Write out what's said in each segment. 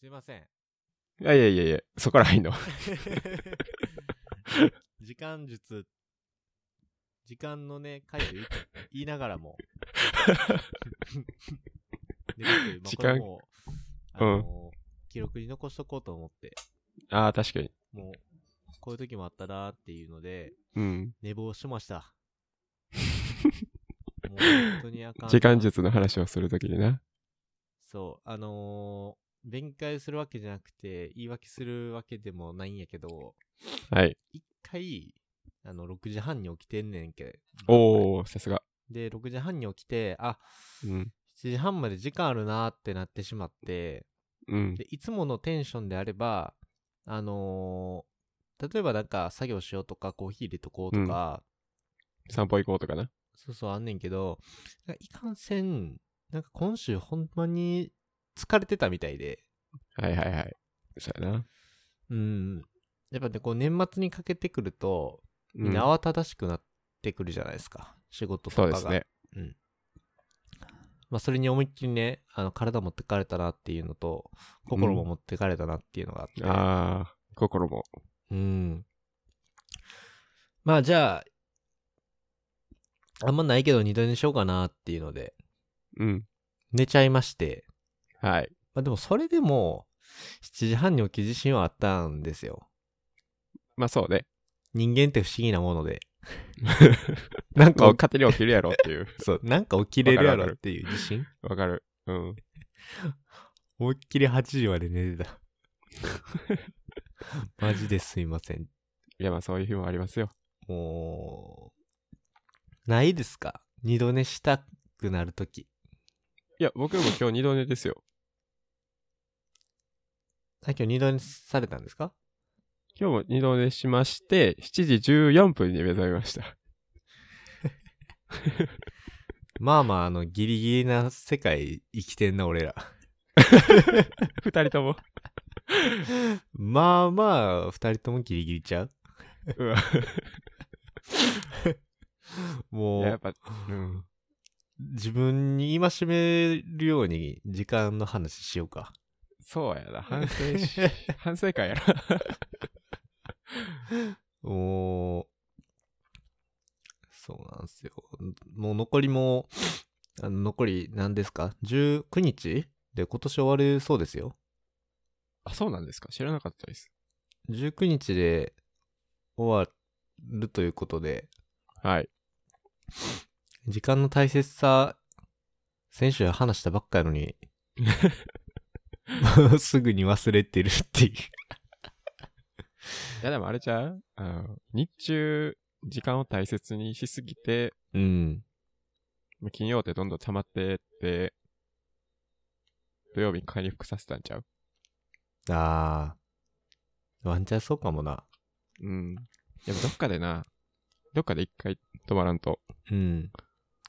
すいま せん。いやいやいやいや、そこらへんの。時間術、時間のね、解除い言いながら も。で僕時まあこれ間もう、あの記録に残しとこうと思って、 ああ、確かに。もう、こういう時もあったなーっていうので、うん。寝坊しま した。もう本当にあかんな。時間術の話をするときにな。そう、あのー弁解するわけじゃなくて、言い訳するわけでもないんやけど、はい。一回、あの、6時半に起きてんねんけど。おー、さすが。で、6時半に起きて、あ、うん。 7時半まで時間あるなーってなってしまって、うん。で、いつものテンションであれば、あのー例えばなんか作業しようとか、コーヒー入れとこうとか、散歩行こうとかな。そうそうあんねんけど、なんかいかんせん、なんか今週ほんまに疲れてたみたいで、はいはいはい。そうやな。うん。やっぱね、こう年末にかけてくると、うみんんな、慌ただしくなってくるじゃないですか。仕事とかそうが。ですね。まあ、それに思いっきりね、あの、体持ってかれたなっていうのと、心もうん持ってかれたなっていうのがあって。ああ、心も。うん。まあ、じゃあ、あんまないけど二度にしようかなっていうので、うん。寝ちゃいまして。はい。まあ、でもそれでも、7時半に起きる自信はあったんですよ。まあそうね。人間って不思議なもの で。なんまあか、勝手に起きるやろっていう。 そう、なんか起きれるやわかるわろかるっていう自信わかる。うん。思いっきり8時まで寝 てた。マジですいません。いやまあそういう日もありますよ。もう、ないですか二度寝したくなるとき。いや、僕も今日二度寝ですよ。あ、今日二度寝されたんですか今日も二度寝しまして、7時14分に目覚めました。まあまあ、あの、ギリギリな世界生きてんな、俺ら。 二人とも。まあまあ、二人ともギリギリちゃう うんいもややっう、ぱ、うん。自分に戒めるように時間の話しようか。そうやな。反省 し、反省会やな。おーそうなんですよ。もう残りも、あの残り何ですか ?19 日で今年終わるそうですよ。あ、そうなんですか知らなかったです。 19日で終わるということで、はい。時間の大切さ、先週話したばっかやのに、もうすぐに忘れてるっていう。いや、でもあれじゃうあの日中、時間を大切にしすぎて、うん。金曜ってどんどん溜まってって、土曜日に回復させたんちゃうあー。ワンチャンそうかもな。うん。でもどっかでな、どっかで一回止まらんと。うん。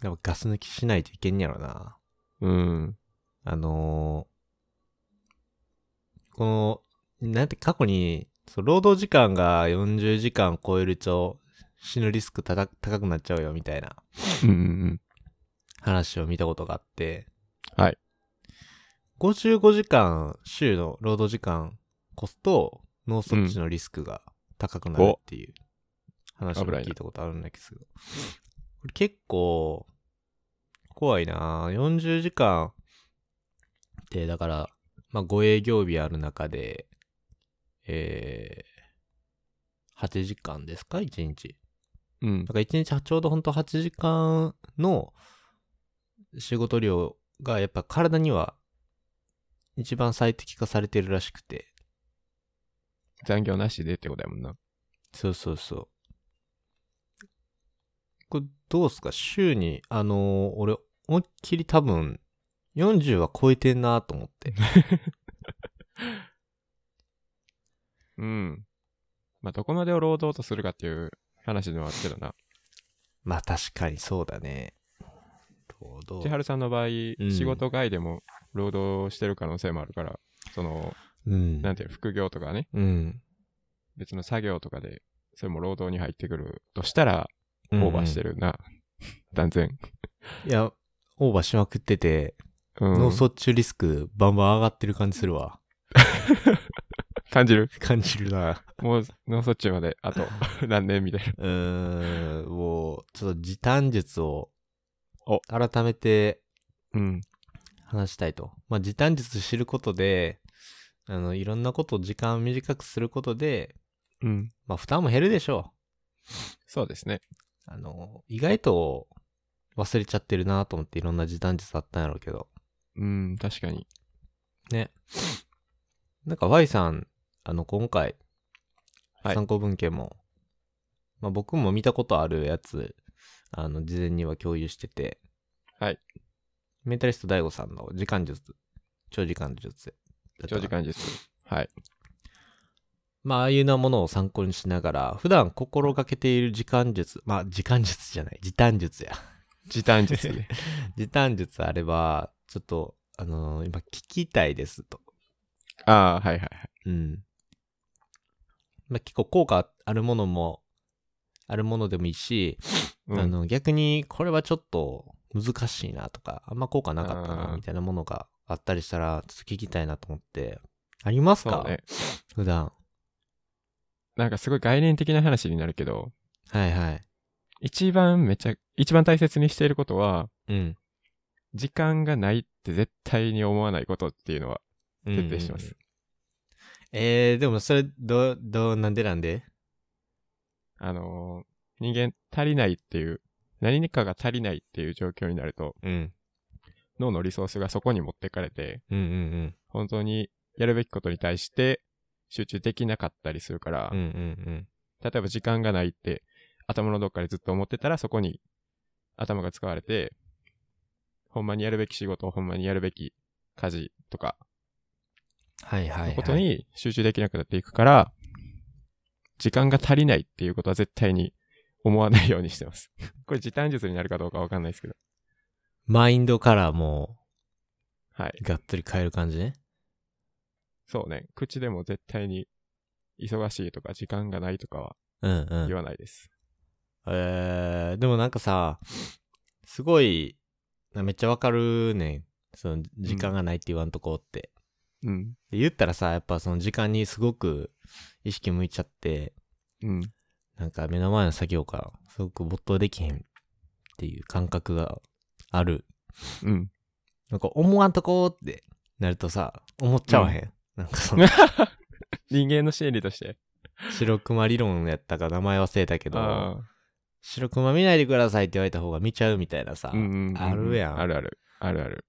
やっぱガス抜きしないといけんやろな。うん。あのーこの、なんて過去に、そう労働時間が40時間超えると死ぬリスク高高くなっちゃうよみたいなうんうん話を見たことがあって。はい。 55時間、週の労働時間越すと脳卒中のリスクが高くなるっていう話を危ないな聞いたことあるんだけど。これ結構怖いなぁ40時間って、だから、まあ、5営業日ある中で、えー、8時間ですか ?1 日。うん。うんだ。から1日ちょうどほんと8時間の仕事量がやっぱ体には一番最適化されてるらしくて。残業なしでってことやもんな。そうそうそう。これどうすか週に、あのー俺思いっきり多分40は超えてんなと思 って。うん。まあ、どこまでを労働とするかっていう話ではあるけどな。まあ確かにそうだね。労千働。春さんの場合、ん仕事外でも労働してる可能性もあるから、その、うん。なんていうの副業とかね、うん。別の作業とかで、それも労働に入ってくるとしたら、オーバーしてる。るな。断然。いや、オーバーしまくってて、うん。脳卒中リスクバンバン上がってる感じするわ。感じる感じるな。もう脳卒中まであと 何年みたいな。うーん、もう、ちょっと時短術をお、改めてうん。話したいと。まあ、時短術知ることで、あの、いろんなことを時間を短くすることで、うん。まあ、負担も減るでしょそうですね。う。あの、意外と忘れちゃってるなと思っていろんな時短術あったんやろうけど。うん、確かに。ね。なんか Y さん、あの、今回、はい参考文献も、まあ僕も見たことあるやつ、あの、事前には共有してて、はい。メンタリスト DAIGO さんの時間術、長時間術。長時。間術。はい。まあ、ああいうようなものを参考にしながら、普段心がけている時間術、まあ、時間術じゃない、時短術や。 時短術ね。時短術あれば、ちょっと、あのー今聞きたいですと。ああ、はいはいはい。うん。まあ、結構効果あるものも、あるものでもいいし、うんあの逆にこれはちょっと難しいなとか、あんま効果なかったあなーみたいなものがあったりしたら、ちょっと聞きたいなと思って。ありますそか、うね。普段。なんかすごい概念的な話になるけど、はいはい。一番めちゃ、一番大切にしていることは、うん。時間がないって絶対に思わないことっていうのはうん徹底してます。。えー、でもそれ、どう、どう、なんでなんであのー人間足りないっていう、何かが足りないっていう状況になると、うん。脳のリソースがそこに持ってかれて、うんうん本当にやるべきことに対して集中できなかったりするから、うん。うんうん例えば時間がないって頭のどっかでずっと思ってたらそこに頭が使われて、ほんまにやるべき仕事、ほんまにやるべき家事とかはいはい、はのい。ことに集中できなくなっていくから、時間が足りないっていうことは絶対に思わないようにしてます。 これ時短術になるかどうかわかんないですけど。マインドからもはい。う、がっつり変える感じね。そうね。口でも絶対に忙しいとか時間がないとかはうんうん言。わないです。えー、でもなんかさ、すごい、なめっちゃわかるねん。その、時間がないって言わんとこって。うん。で言ったらさ、やっぱその時間にすごく意識向いちゃって、うん。なんか目の前の作業がすごく没頭できへんっていう感覚がある。うん。なんか思わんとこってなるとさ、思っちゃわへん。なんか その、人間の心理として。白熊理論やったか名前忘れたけど、あ白熊見ないでくださいって言われた方が見ちゃうみたいなさ、あ。うんうんうんうんあるやんあるある。あるある。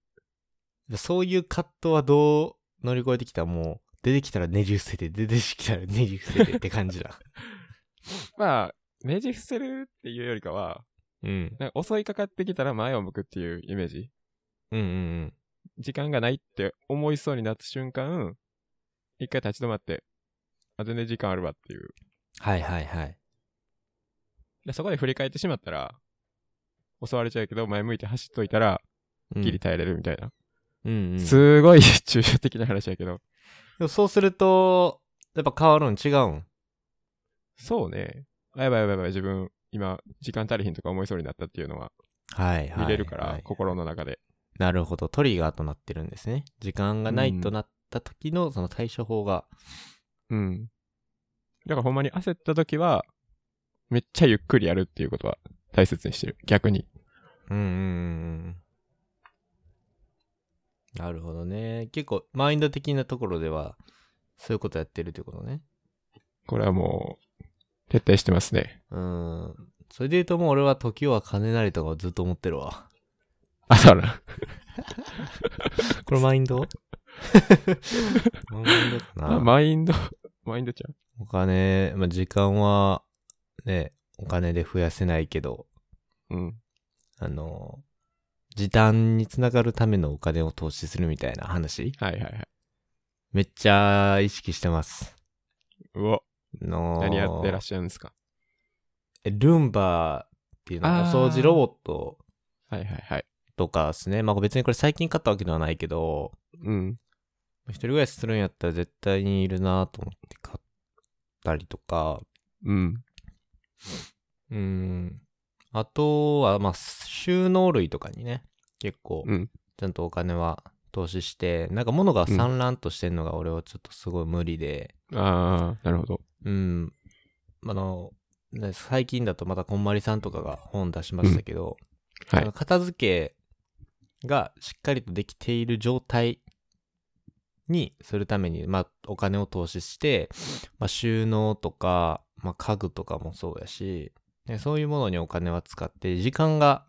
そういう葛藤はどう乗り越えてきたもう、出てきたらねじ伏せて、出てきたらねじ伏せてって感じだ。まあ、ねじ伏せるっていうよりかは、 うん。なんか襲いかかってきたら前を向くっていうイメージ。うんうん時間がないって思いそうになった瞬間、一回立ち止まって、あ、全然時間あるわっていう。はいはいはい。で、そこで振り返ってしまったら、襲われちゃうけど前向いて走っといたら、うんギリ耐えれるみたいな。うんうん、ですごい 抽象的な話やけど。もそうすると、やっぱ変わるん違うん。そうね。あ、やばいやばいやばい、自分、今、時間足りひんとか思いそうになったっていうのははいはい。見れるから、はい心の中で。なるほど。トリガーとなってるんですね。時間がないとなった時のその対処法が。うん。だからほんまに焦った時は、めっちゃゆっくりやるっていうことは大切にしてる。逆に。うんうんうんうん。なるほどね。結構、マインド的なところでは、そういうことやってるってことね。これはもう、徹底してますね。うん。それで言うともう俺は時は金なりとかをずっと思ってるわ。あ、そうだな。 これマインドマインドか な。マインド、マインドちゃお金、まあ、時間は、ね、お金で増やせないけど、ううん。あの、時短につながるためのお金を投資するみたいな話はいはいはい。めっちゃ意識してます。うお、あのー何やってらっしゃるんですかえルンバっていうのあはーお掃除ロボットはいはいはい。とかですね。まあ、別にこれ最近買ったわけではないけど、うん。一人暮らしするんやったら絶対にいるなと思って買ったりとか、うん。うーん。あとは、まあ、収納類とかにね、結構うん、ちゃんとお金は投資して、なんか物が散乱としてんのが俺はちょっとすごい無理で、ああ、なるほど。うん。あの、ね最近だとまたこんまりさんとかが本出しましたけど、うんはいあの片付けがしっかりとできている状態にするために、まあ、お金を投資して、まあ、収納とか、まあ、家具とかもそうやし、ねそういうものにお金は使って、時間が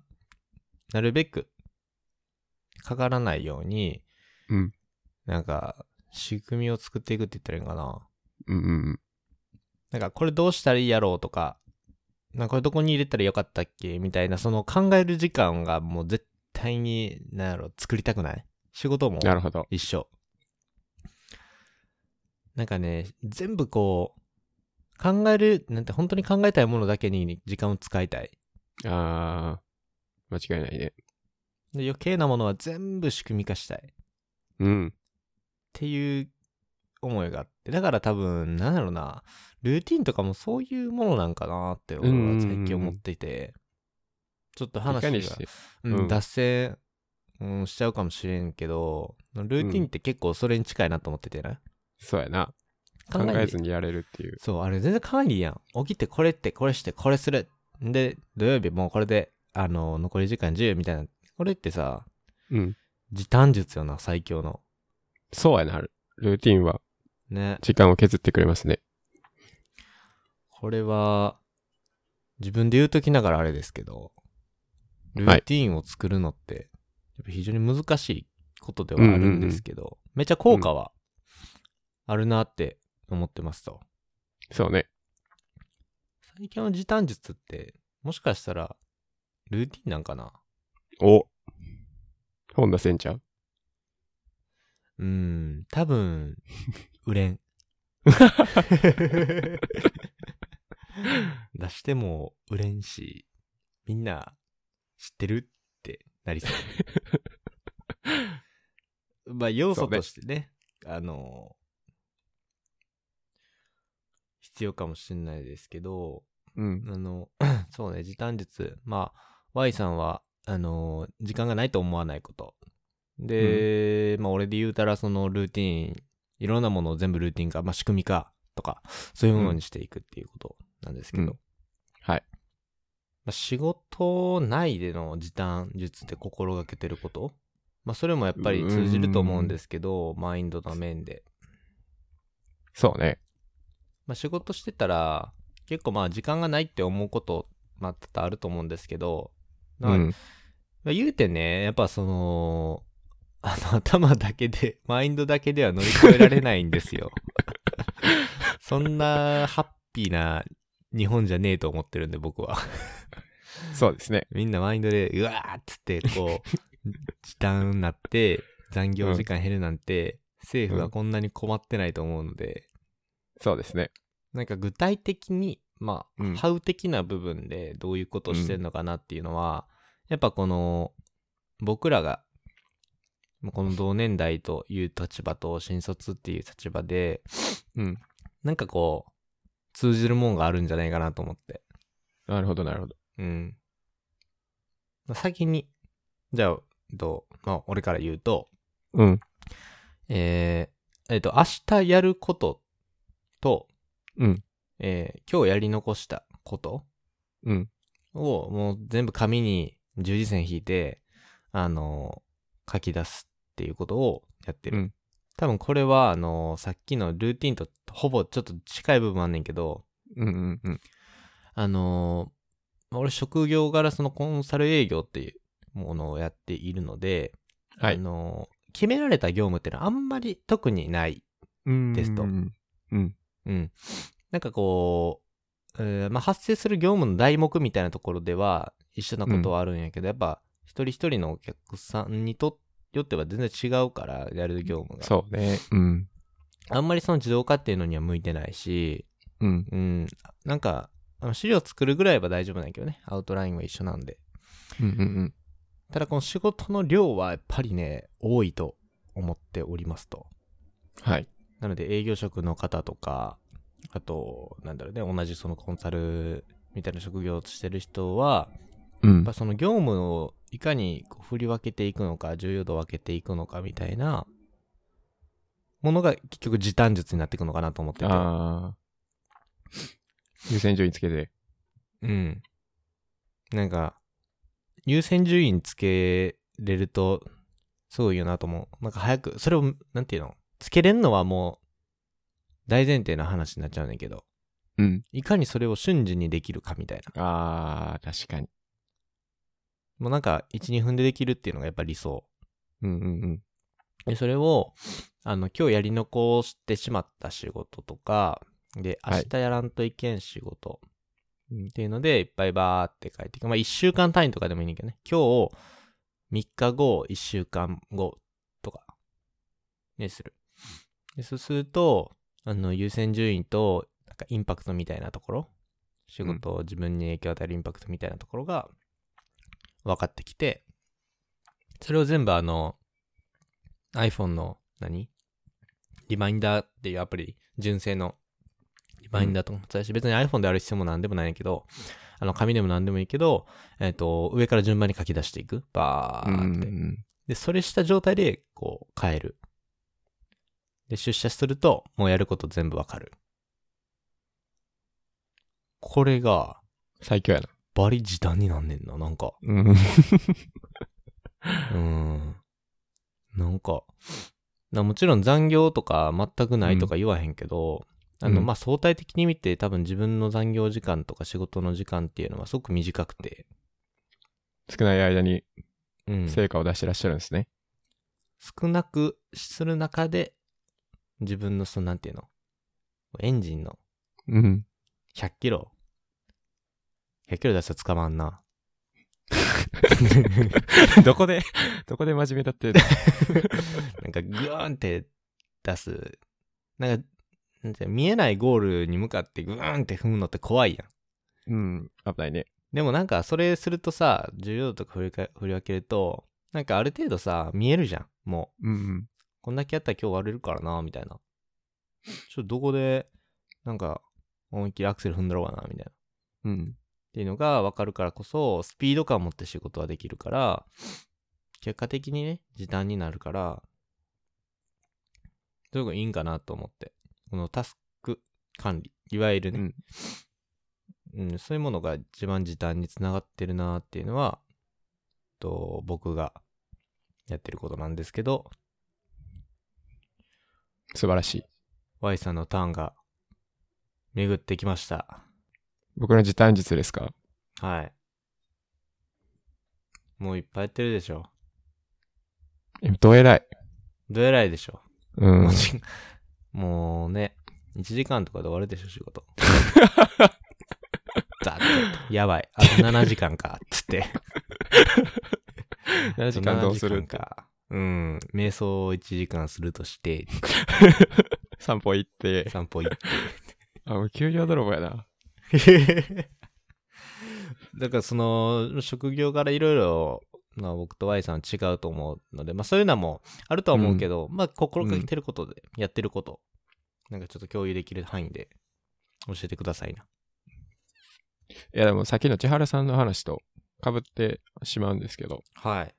なるべくかからないように、うんなんか、仕組みを作っていくって言ったらいいんかな。うんうんうん。なんかこれどうしたらいいやろうとか、なんかこれどこに入れたらよかったっけみたいな、その考える時間がもう絶対に、なんやろ、作りたくない仕事もなるほど。一緒。なんかね、全部こう、考える、なんて本当に考えたいものだけに時間を使いたい。ああ、間違いないね。で余計なものは全部仕組み化したい。っうん。ていう思いがあって。だから多分、なんやろな、ルーティンとかもそういうものなんかなって俺は最近思っていて。ちょっとい話がかにして。うんうん脱線、うん、しちゃうかもしれんけど、ルーティンって結構それに近いなと思っててね。そうやな。考んでえずにやれるっていう。そう、あれ全然考えにいいやん。起きてこれってこれしてこれする。んで、土曜日もうこれで、あの、残り時間10みたいな。これってさ、うん。時短術よな、最強の。そうやな。ルーティンはね。時間を削ってくれますね。これは、自分で言うときながらあれですけど、ルーティンを作るのって、やっぱ非常に難しいことではあるんですけど、めっちゃ効果はあるなって思ってますと。そうね。最近の時短術って、もしかしたら、ルーティンなんかなお本出せんち ゃううーん、多分、売れん。出しても売れんし、みんな知ってるってなりそう。まあ、要素としてね、あの、必要かもしれないですけど、うん。あの、 そうね、時短術。まあ、Y さんは、あの、時間がないと思わないこと。で、まあ、俺で言うたら、そのルーティン、いろんなものを全部ルーティン化、まあ、仕組み化とか、そういうものにしていくっていうことなんですけど。うんはい。まあ、仕事内での時短術で心がけてることまあ、それもやっぱり通じると思うんですけど、マインドの面で。そうね。まあ、仕事してたら結構まあ時間がないって思うこと、まあ、多々あると思うんですけど、うまあん。まあ言うてねやっぱそのあの頭だけでマインドだけでは乗り越えられないんです よそんなハッピーな日本じゃねえと思ってるんで僕はそうですね。みんなマインドでうわーっつってこう時短になって残業時間減るなんて、政府はこんなに困ってないと思うので、そうですね。なんか具体的に、まあ、うんハウ的な部分でどういうことをしてるのかなっていうのは、やっぱこの、僕らが、まあこの同年代という立場と新卒っていう立場で、うん。なんかこう、通じるもんがあるんじゃないかなと思って。なるほど、なるほど。うん。まあ先に、じゃあ、どう、まあ、俺から言うと、うん。えーえっ、と、明日やることと、うん。えー今日やり残したこと、うん。をもう全部紙に十字線引いて、あの、書き出すっていうことをやってる。うん多分これは、あの、さっきのルーティンとほぼちょっと近い部分あんねんけど、うんうんうん。あの、まあ俺職業柄そのコンサル営業っていうものをやっているので、はあい。の、決められた業務ってのはあんまり特にないうんテストうん。うん。うん。なんかこう、えーまあ、発生する業務の題目みたいなところでは一緒なことはあるんやけど、やっぱ一人一人のお客さんにとよっては全然違うからやる業務が。そうね。うん。あんまりその自動化っていうのには向いてないし、うん。うん、なんかあの資料作るぐらいは大丈夫なんやけどね、アウトラインは一緒なんで。うんうんうん。ただこの仕事の量はやっぱりね、多いと思っておりますと。はい。なので営業職の方とか、あと、なんだろうね、同じそのコンサルみたいな職業をしてる人は、うんやっぱその業務をいかにこう振り分けていくのか重要度を分けていくのかみたいなものが結局時短術になっていくのかなと思っててああ。優先順位つけて。うんなんか優先順位つけれるとすごいよなと思うなんか早くそれをなんていうのつけれんのはもう大前提の話になっちゃうねんけどうん。いかにそれを瞬時にできるかみたいなああ、確かに。もうなんか12分でできるっていうのがやっぱ理想うんうんうん。で、それを、あの、今日やり残してしまった仕事とか、で、は明い日やらんといけん仕事、うんっていうので、いっぱいバーって書いていく。まあ、1週間単位とかでもいいねんだけどね。今日、3日後、1週間後とか、ね、する。でそうすると、あの、優先順位と、なんかインパクトみたいなところ、仕事、自分に影響を与えるインパクトみたいなところが、分かってきて、それを全部あの、iPhone の何リマインダーっていうアプリ、純正のリマインダーとかも使えるし、別に iPhone である必要も何でもないんやけど、あの紙でも何でもいいけど、えっ、と、上から順番に書き出していく。バうーんって。うんで、それした状態で、こう、変える。で、出社すると、もうやること全部わかる。これが、最強やな。バリ時短になんねんな、なんか。うん。うーん。なんか、なもちろん残業とか全くないとか言わへんけど、うんあの、うんまあ、相対的に見て多分自分の残業時間とか仕事の時間っていうのはすごく短くて、少ない間にうん、成果を出してらっしゃるんですね。少なくする中で、自分のその、なんていうの、エンジンのうん。 100キロ、100キロ出したら捕まんな。 どこで、どこで真面目だって。なんかグーンって出す。なんか、なんていうの見えないゴールに向かってグーンって踏むのって怖いやん。うん。危ないね。でもなんかそれするとさ、重要度とか振りか振り分けると、なんかある程度さ、見えるじゃん。もう、うんこんだけやったら今日終われるからな、みたいな。ちょっとどこで、なんか、思いっきりアクセル踏んだろうかな、みたいな。っうん。うん。ていうのが分かるからこそ、スピード感を持って仕事はできるから、結果的にね、時短になるから、そういうのがいいんかなと思って。このタスク管理、いわゆるね、うん、そういうものが一番時短につながってるなっていうのは、と僕がやってることなんですけど、素晴らしい。 Y さんのターンが巡ってきました。僕の時短術ですかはい。もういっぱいやってるでしょ。えどえらい。どえらいでしょ。うもん う。じもうね、1時間とかで終わるでしょ、仕 事。だって、やばい。あと7時間か、つ って。 7時間どうす る7時間か。うん。瞑想を1時間するとして、散歩行って。散歩行ってあ、もう給料泥棒やな。 だからその職業からいろいろな僕と Y さん違うと思うので、まあ、そういうのもあるとは思うけど、まあ心がけてることでやってること、なんかちょっと共有できる範囲で教えてくださいな。いや、でもさっきの千原さんの話と被ってしまうんですけど。はい。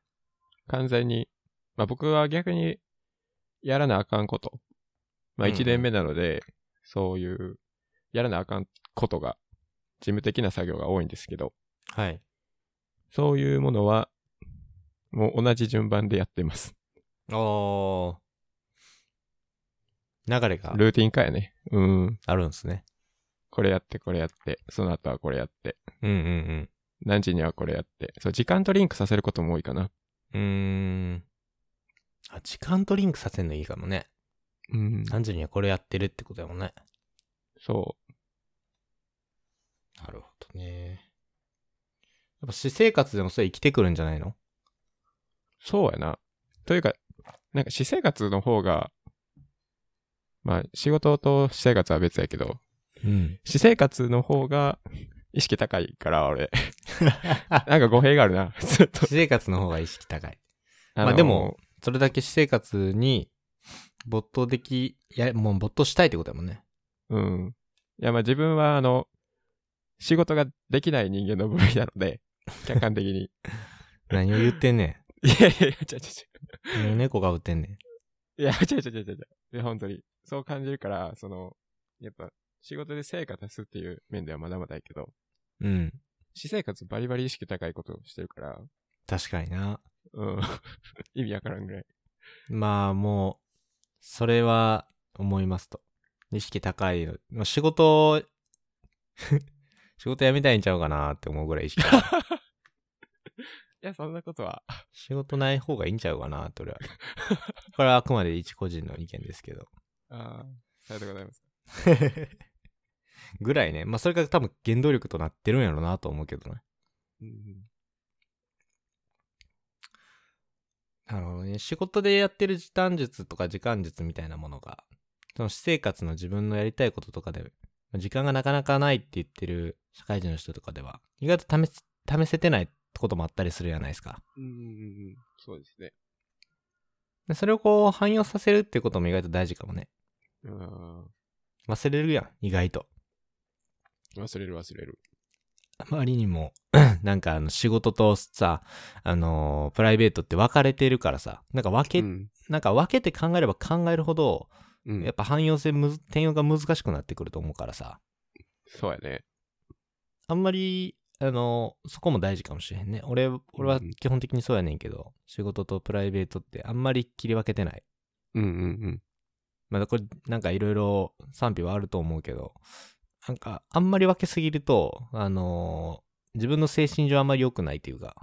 完全に、まあ僕は逆にやらなあかんこと。まあうんうん1年目なので、そういう、やらなあかんことが、事務的な作業が多いんですけど、はい。そういうものは、もう同じ順番でやってます。おー流れがルーティン化やね。うん。あるんですね。これやって、これやって、その後はこれやって、うんうん何時にはこれやって、そう、時間とリンクさせることも多いかな。うん。うーん。あ、時間とリンクさせるのいいかもね。うん何時にはこれやってるってことだもんね。そなるほどね。やっぱ私生活でもそれ生きてくるんじゃないのう、そうやな。というか、なんか私生活の方が、まあ仕事と私生活は別やけど、うん。私生活の方が意識高いか ら、俺。なんか語弊があるな。ちょっと私。生活の方が意識高い。まあのでも、それだけ私生活に没頭でき、いや、もう没頭したいってことだもんね。うん。いや、まあ自分は、あの、仕事ができない人間の部類なので、客観的に。何を言ってんねいやいやいや、ちゃちゃちん。何を猫がぶってんねん。ゃ。いや、ちゃちゃちゃちゃちゃ。いや、本当に。そう感じるから、その、やっぱ、仕事で成果出すっていう面ではまだまだやけど、うん。私生活バリバリ意識高いことをしてるから、確かにな。うん。 意味わからんぐらい。まあもう、それは思いますと。意識高いの。まあ、仕事 を仕事辞めたいんちゃうかなって思うぐらい意識高い。いや、そんなことは。仕事ない方がいいんちゃうかなって俺は。これはあくまで一個人の意見ですけど。ああ、さようでございます。ぐらいね。まあそれが多分原動力となってるんやろうなと思うけどね。うん。なるほどね。仕事でやってる時短術とか時間術みたいなものが、その私生活の自分のやりたいこととかで、時間がなかなかないって言ってる社会人の人とかでは、意外と試す試せてないこともあったりするじゃないですか。うん。そうですね。でそれをこう汎用させるってことも意外と大事かもね。うん。忘れるやん、意外と。忘れる忘れる。あまりにも、 なんかあの仕事とさ、あのープライベートって分かれてるからさ、なんか分け、うん。なんか分けて考えれば考えるほど、うんやっぱ汎用性むず、転用が難しくなってくると思うからさ、そうやね。あんまり、あのーそこも大事かもしれへんね。俺、俺はうん基本的にそうやねんけど、仕事とプライベートってあんまり切り分けてない。うんうんまだこれ、なんかいろいろ賛否はあると思うけど、なんかあんまり分けすぎると、あのー自分の精神上あんまり良くないというか、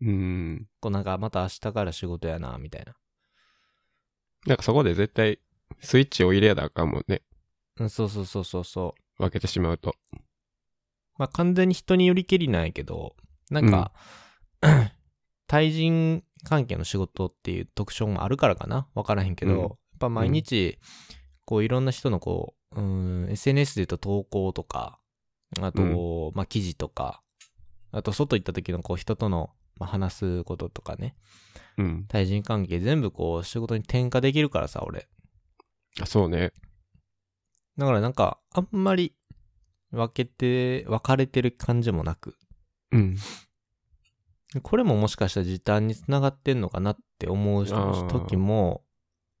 うん。うん。こうなんかまた明日から仕事やなみたいななんかそこで絶対、スイッチを入れやだあかんもんね。うんそうそうそうそうそう分けてしまうと。まあ完全に人によりけりないけどなんか、 対人関係の仕事っていう特徴もあるからかな分からへんけど、うんやっぱ毎日こういろんな人のこううん SNS で言うと投稿とかあと、まあ記事とかあと外行った時のこう人とのまあ話すこととかねうん。対人関係全部こう仕事に転嫁できるからさ俺あ、そうね。だからなんか、あんまり分けて、分かれてる感じもなく、うん。これももしかしたら時短につながってんのかなって思うあー時も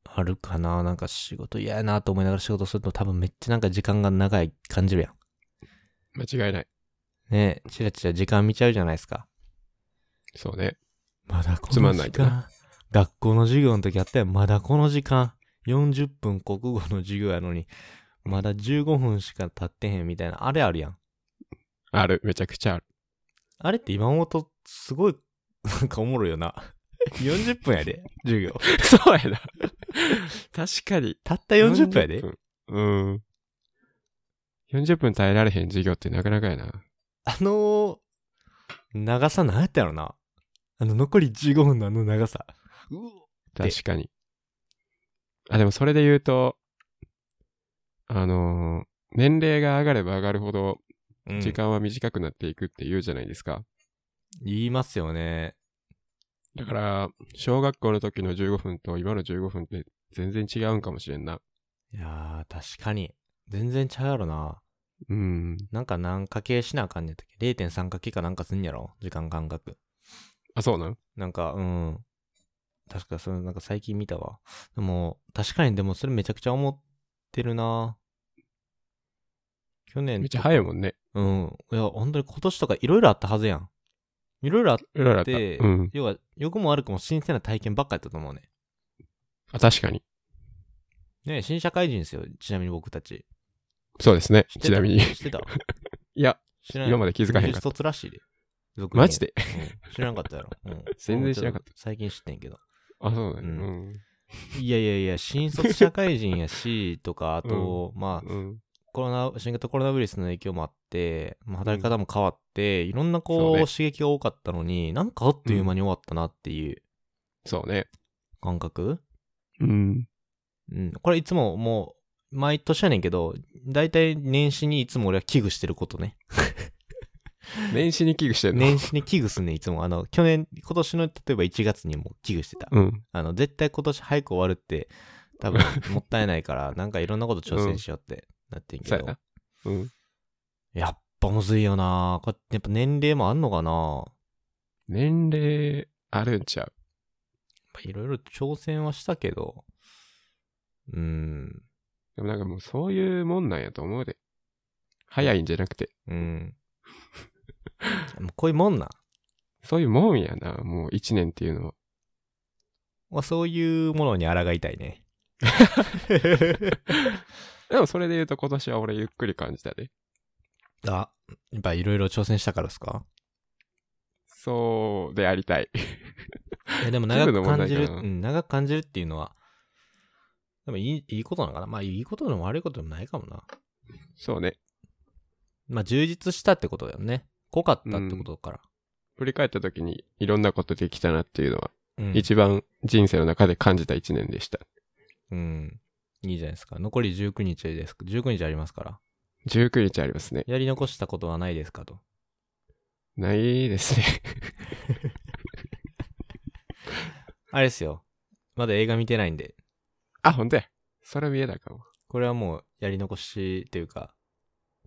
あるかな。なんか仕事嫌やなと思いながら仕事すると多分めっちゃなんか時間が長い感じるや間違いなん。い。ねえ、チラチラ時間見ちゃうじゃないですか。そうね。まだこつまのんない時けど間。学校の授業の時あったよ。まだこの時間。40分国語の授業やのに、まだ15分しか経ってへんみたいな、あれあるやん。ある。めちゃくちゃある。あれって今思うと、すごい、なんかおもろいよな。40分やで、授業。 そうやな。確かに。たった40分やで。うん。40分耐えられへん授業ってなかなかやな。あのー、長さなんやったやろな。あの、残り15分のあの長さ。うおで確かに。あ、でもそれで言うと、あのー年齢が上がれば上がるほど、うん時間は短くなっていくって言うじゃないですか。言いますよね。だから、小学校の時の15分と今の15分って全然違うんかもしれんな。いやー、確かに。全然ちゃうやろな。うん。なんか何かけしなあかんねんとき。0.3かけかなんかすんやろ時間感覚。あ、そうなんなんか、うん。確か、それなんか最近見たわ。でも、確かにでもそれめちゃくちゃ思ってるな去年とめっちゃ早いもんね。うん。いや、本当に今年とかいろいろあったはずやん。いろいろあっうららった。うて、ん。要は、良くも悪くも新鮮な体験ばっかやったと思うね。あ、確かに。ねえ新社会人ですよ。ちなみに僕たち。そうですね。知ってたちなみに。い知ってたや、知らない。今まで気づかへんかった。た。らしいで。俗に言うマジでうん知らなかったやろ。うん、。全然知らなかった最近知ってんけど。あ、そうなんやううん。いやいやいや、新卒社会人やし、 とか、あと、まあ、うん。コロナ、新型コロナウイルスの影響もあって、まあ、働き方も変わって、いろんなそこうう、ね刺激が多かったのに、なんかあっという間に終わったなっていうそうね。感覚、うん。うん、これいつももう、毎年やねんけど、大体年始にいつも俺は危惧してることね。年始に危惧してんの。年始に危惧すんねん、いつも。あの、去年、今年の例えば1月にも危惧してた。うん。あの、絶対今年早く終わるって、多 分もったいないから、なんかいろんなこと挑戦しようってなってんけそうど、やな。うん。やっぱむずいよなこうやってやっぱ年齢もあんのかな年齢あるんちゃうやっぱいろいろ挑戦はしたけど、うん、でもなんかもうそういうもんなんやと思うで。早いんじゃなくて。うん。 もうこういうもんな。そういうもんやな、もう一年っていうのは。まあ、そういうものに抗いたいね。でもそれで言うと今年は俺ゆっくり感じたで。 あ、やっぱいろいろ挑戦したからですかそうでありたい。 いやでも気長分くの問感題じかなる、うん、長く感じるっていうのは、でもいいいいことなのかなまあいいことでも悪いことでもないかもな。そうね。まあ充実したってことだよね。濃かったってことだから。振り返った時にいろんなことできたなっていうのは、うん。一番人生の中で感じた一年でした。うん。いいじゃないですか。残り19日です。19日ありますから。 19日ありますね。やり残したことはないですかと。ないですね。 あれですよ。まだ映画見てないんで。あ、ほんとや。それ見えたかも。これはもうやり残しというか、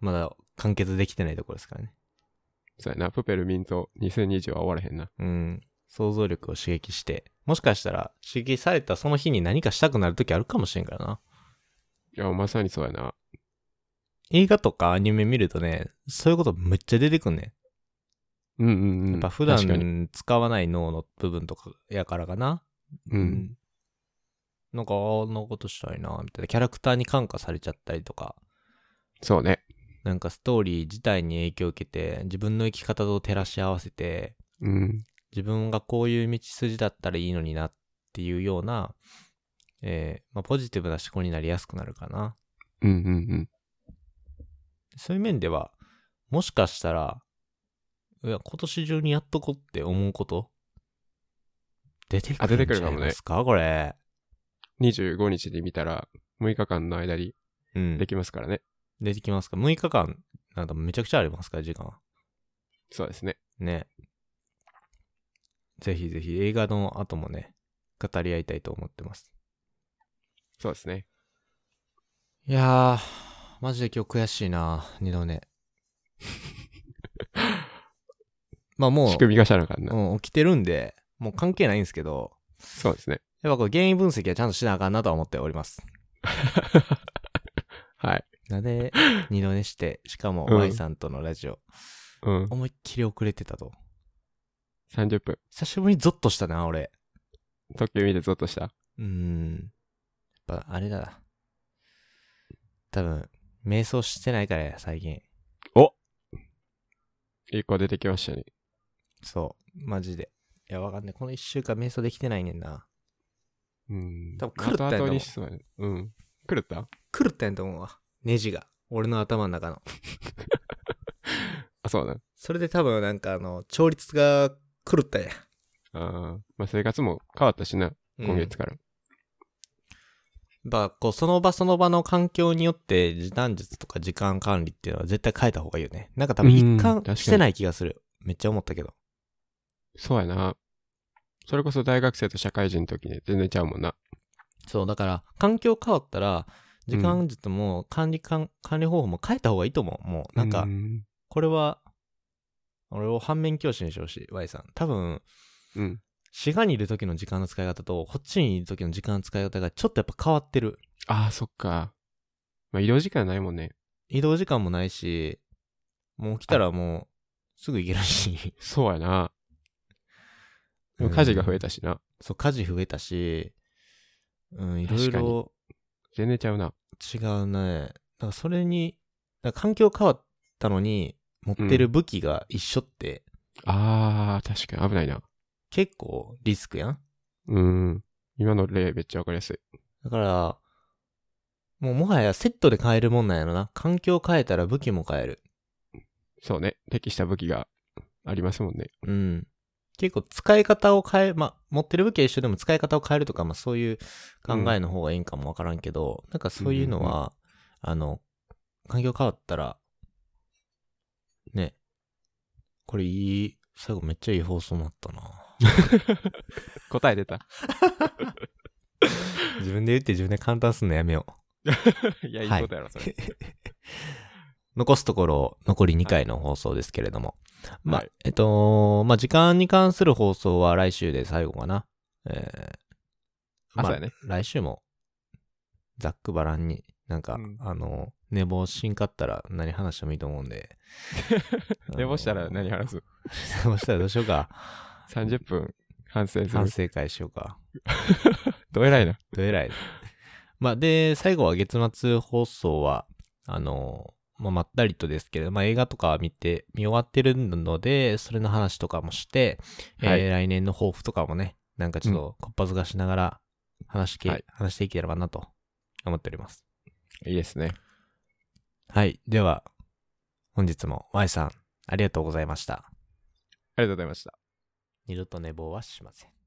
まだ完結できてないところですからね。そうやな、プペルミント2020は終わらへんな。うん。想像力を刺激して、もしかしたら刺激されたその日に何かしたくなる時あるかもしれんからな。いや、まさにそうやな。映画とかアニメ見るとね、そういうことめっちゃ出てくんねうんうんうん。ん。やっぱ普確かに。段使わない脳の部分とかやからかな。うん。。なんか、あんなことしたいな、みたいな。キャラクターに感化されちゃったりとか、そうね。なんかストーリー自体に影響を受けて、自分の生き方と照らし合わせて、うん。自分がこういう道筋だったらいいのになっていうような、えーまあ、ポジティブな思考になりやすくなるかな。うんうんうん。そういう面では、もしかしたら、いや、今年中にやっとこうって思うこと出てくある出てんくじるゃかないもねですかこれ。 25日に見たら、6日間の間にうん。できますからね。出てきますか ?6 日間、なんかめちゃくちゃありますから、時間は。そうですね。ね。ぜひぜひ映画の後もね、語り合いたいと思ってます。そうですね。いやー、マジで今日悔しいな、二度寝。 まあも仕組みがしゃなあかんう、な。うん、起きてるんで、もう関係ないんですけど、そうですね。やっぱこれ原因分析はちゃんとしなあかんなとは思っております。はい。なんで、二度寝して、しかもうん Y さんとのラジオ、うん。思いっきり遅れてたと。 30分。久しぶりにゾッとしたな、俺。特急見てゾッとした。うーん。やっぱ、あれだな。多分、瞑想してないからや、最近。一個出てきましたね。そう、マジで。いや、わかんない。この一週間瞑想できてないねんな。うん。多分狂ったんやと思う後々にしそうやね。うん。狂った狂ったんやと思うわ。ネジが。俺の頭の中の。あ、そうだ。それで多分なんかあの、調律が狂ったんや。ああ。まあ、生活も変わったしな。うん今月から。やっぱこう、その場その場の環境によって、時短術とか時間管理っていうのは絶対変えた方がいいよね。なんか多分うん一確か貫にしてない気がする。めっちゃ思ったけど。そうやな。それこそ大学生と社会人の時に全然ちゃうもんな。そう、だから、環境変わったら、うん時間術も管理かん、管理方法も変えた方がいいと思う。もう、なんかう、ん。これは、俺を反面教師にしてほしい、Y さん。多分、うん。滋賀にいる時の時間の使い方と、こっちにいる時の時間の使い方がちょっとやっぱ変わってる。ああ、そっか。まあ、移動時間ないもんね。移動時間もないし、もう来たらもうすぐ行けるし、そうやな。で も家事が増えたしな。そう、家事増えたし、うん、いろい確かにろ全然ちゃうな。違うね。なんかそれに、なんか環境変わったのに、持ってる武器が一緒って、ああ、確かに危ないな。結構リスクやん。うん。今の例めっちゃわかりやすい。だから、もうもはやセットで変えるもんなんやろな。環境変えたら武器も変える。そうね。適した武器がありますもんね。うん。結構使い方を変え、まあ、持ってる武器は一緒でも使い方を変えるとか、まあそういう考えの方がいいんかもわからんけど、なんかそういうのは、あの、環境変わったら、ね、これいい、最後めっちゃいい放送になったな。答え出た。 自分で言って自分で簡単すんのやめよいや、いいはい ことやろ、それ。う。残すところ、残り2回の放送ですけれども。まあはい、えっと、まあ、時間に関する放送は来週で最後かな。えーあ、まそうやね。来週も、ざっくばらんに、なんか、うん。あの、寝坊しんかったら何話してもいいと思うんで 寝坊したら何話すす 寝坊したらどうしよう か。 ?30 分反省する反。省会しようか。どえらいな。どえらい。 まあ、で、最後は月末放送は、あの、まあ、まったりとですけれど、まあ、映画とかは見て、見終わってるので、それの話とかもして、はいえー来年の抱負とかもね、なんかちょっとこっぱずかしながら話しけ、はい話していければなと思っております。いいですね。はい。では、本日も Y さん、ありがとうございました。ありがとうございました。二度と寝坊はしません。